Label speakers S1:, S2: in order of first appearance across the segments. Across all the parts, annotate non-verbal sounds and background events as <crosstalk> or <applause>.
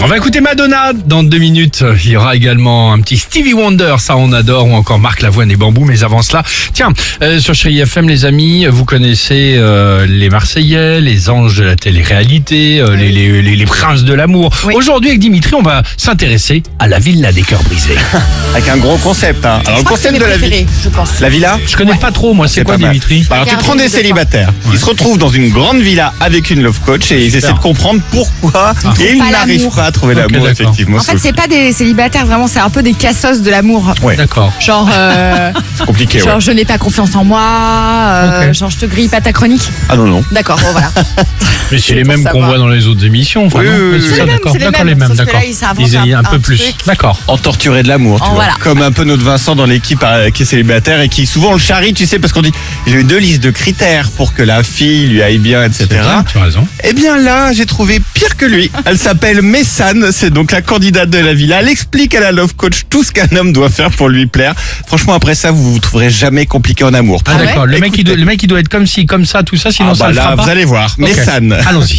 S1: On va écouter Madonna dans deux minutes. Il y aura également un petit Stevie Wonder, ça on adore, ou encore Marc Lavoine et Bambou. Mais avant cela, tiens, euh, sur Chéri FM, les amis, vous connaissez euh, les Marseillais, les anges de la télé-réalité, euh, les, les- les- les princes de l'amour. Aujourd'hui, avec Dimitri, on va s'intéresser à la villa des cœurs brisés.
S2: Avec un gros concept. hein. Alors,
S3: Je
S2: le
S3: pense que c'est
S2: concept
S3: mes
S2: de la, vi-
S3: préférés, je pense.
S2: la villa,
S1: Je connais pas trop, moi, c'est quoi
S2: pas mal.
S1: Dimitri
S2: Bah, alors, tu
S3: Regardez
S2: prends des
S3: les deux
S2: célibataires. Ils se retrouvent dans une grande villa avec une love coach et ils essaient de comprendre pourquoi et ils
S3: pas
S2: n'arrivent
S3: l'amour.
S2: pas à trouver
S1: Ok,
S2: l'amour,
S1: d'accord.
S2: effectivement.
S3: En fait, c'est pas des célibataires, vraiment, c'est un peu des cassos de l'amour.
S2: Ouais.
S1: D'accord.
S3: Genre,
S2: <laughs>
S3: euh,
S2: c'est compliqué, ouais.
S3: genre je n'ai pas confiance en moi, euh,
S1: Ok.
S3: genre je te grille pas ta chronique.
S2: Ah non, non.
S3: D'accord,
S2: <laughs>
S3: bon, voilà.
S1: Mais c'est les
S3: pour
S1: mêmes qu'on
S3: savoir.
S1: voit dans les autres émissions. Enfin,
S2: Oui,
S1: non
S2: oui,
S1: Mais
S2: oui,
S1: c'est
S2: oui.
S1: ça,
S3: C'est les
S1: d'accord.
S3: mêmes,
S1: D'accord,
S3: c'est les
S1: les mêmes,
S3: mêmes, sauf que
S1: d'accord.
S3: là, ils s'inventent
S1: Ils y-
S3: un-
S1: un peu
S3: un
S1: plus.
S3: truc.
S1: D'accord.
S2: En torturé de l'amour, tu
S3: Oh,
S2: vois.
S3: voilà.
S2: Comme un peu notre Vincent dans l'équipe euh, qui est célibataire et qui souvent le charrie, tu sais, parce qu'on dit, il y a eu deux listes de critères pour que la fille lui aille bien, etc.
S1: C'est bien, tu as raison.
S2: Eh bien là, j'ai trouvé pire que lui. Elle s'appelle Messane, c'est donc la candidate de la villa. Elle explique à la love coach tout ce qu'un homme doit faire pour lui plaire. Franchement, après ça, vous vous trouverez jamais compliqué en amour.
S1: Ah,
S3: Ah ouais
S1: d'accord. le, mec, il doit,
S2: Écoutez.
S1: le mec, il doit être comme ci, comme ça, tout ça, sinon
S2: Ah,
S1: ça
S2: bah
S1: le
S2: là,
S1: fera
S2: vous
S1: pas.
S2: allez voir.
S1: Ok.
S2: Messane. <laughs>
S1: Allons-y.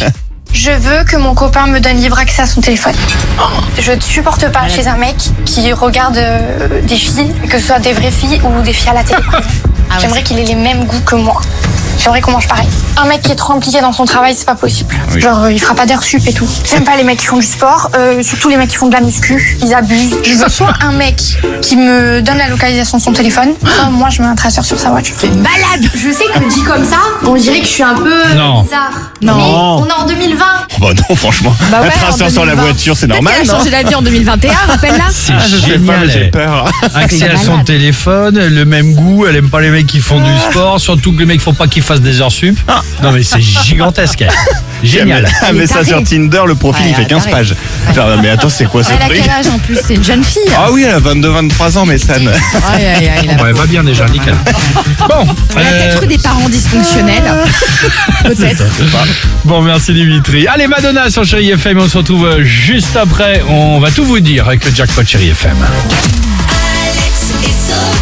S4: Je veux que mon copain me donne libre accès à son téléphone. Je ne supporte pas chez un mec qui regarde euh, des filles, que ce soit des vraies filles ou des filles à la télé.
S3: <laughs> Ah ouais,
S4: J'aimerais qu'il ait les mêmes goûts que moi. J'aimerais qu'on mange pareil. Un mec qui est trop impliqué dans son travail, c'est pas possible.
S2: Oui.
S4: Genre, euh, il fera pas d'heures sup et tout. J'aime pas les mecs qui font du sport, euh, surtout les mecs qui font de la muscu. Ils abusent. Je veux soit un mec qui me donne la localisation de son téléphone, soit moi je mets un traceur sur sa voiture.
S3: Malade
S5: Je sais que dit comme ça, on dirait que je suis un
S2: Ah,
S5: peu
S4: Oh.
S1: Non.
S5: bizarre.
S1: Ah,
S3: Non.
S5: Mais on est en 2020.
S2: Oh, bah non, franchement.
S3: Bah ouais,
S2: un traceur
S3: en
S2: sur la
S3: 2020.
S2: voiture, c'est
S3: Peut-être hein.
S2: normal,
S3: qu'elle a
S2: non
S3: changé d'avis
S2: <laughs>
S3: en 2021, rappelle-la.
S1: C'est
S2: Ah, je sais pas,
S1: génial.
S2: mais j'ai
S1: elle.
S2: peur.
S1: Accès à son
S3: malade. Ah.
S1: téléphone, le même goût, elle aime pas les mecs qui font du sport, surtout que les mecs faut pas qu'ils fassent des heures sup. Non mais c'est gigantesque.
S3: <laughs>
S1: elle. Génial.
S2: Ah, mais ça
S3: taré.
S2: sur Tinder, le profil,
S3: Ouais,
S2: il fait
S3: elle est
S2: 15
S3: tarée.
S2: pages. Genre, mais attends, c'est quoi ce
S3: Elle a
S2: truc
S3: quel âge en plus C'est une jeune fille.
S2: Ah oui, elle a 22-23 ans, Messane.
S3: Aïe, aïe, aïe, la
S1: Bon, bah, elle va bien déjà,
S3: <laughs>
S1: nickel. Bon,
S3: Elle a
S1: euh,
S3: peut-être eu des parents
S2: euh,
S3: dysfonctionnels. Peut-être.
S1: <laughs> bon merci Dimitri. Allez Madonna sur Chéri FM, on se retrouve euh, juste après. On va tout vous dire avec le jackpot Chéri FM.
S6: Alex et Sophie.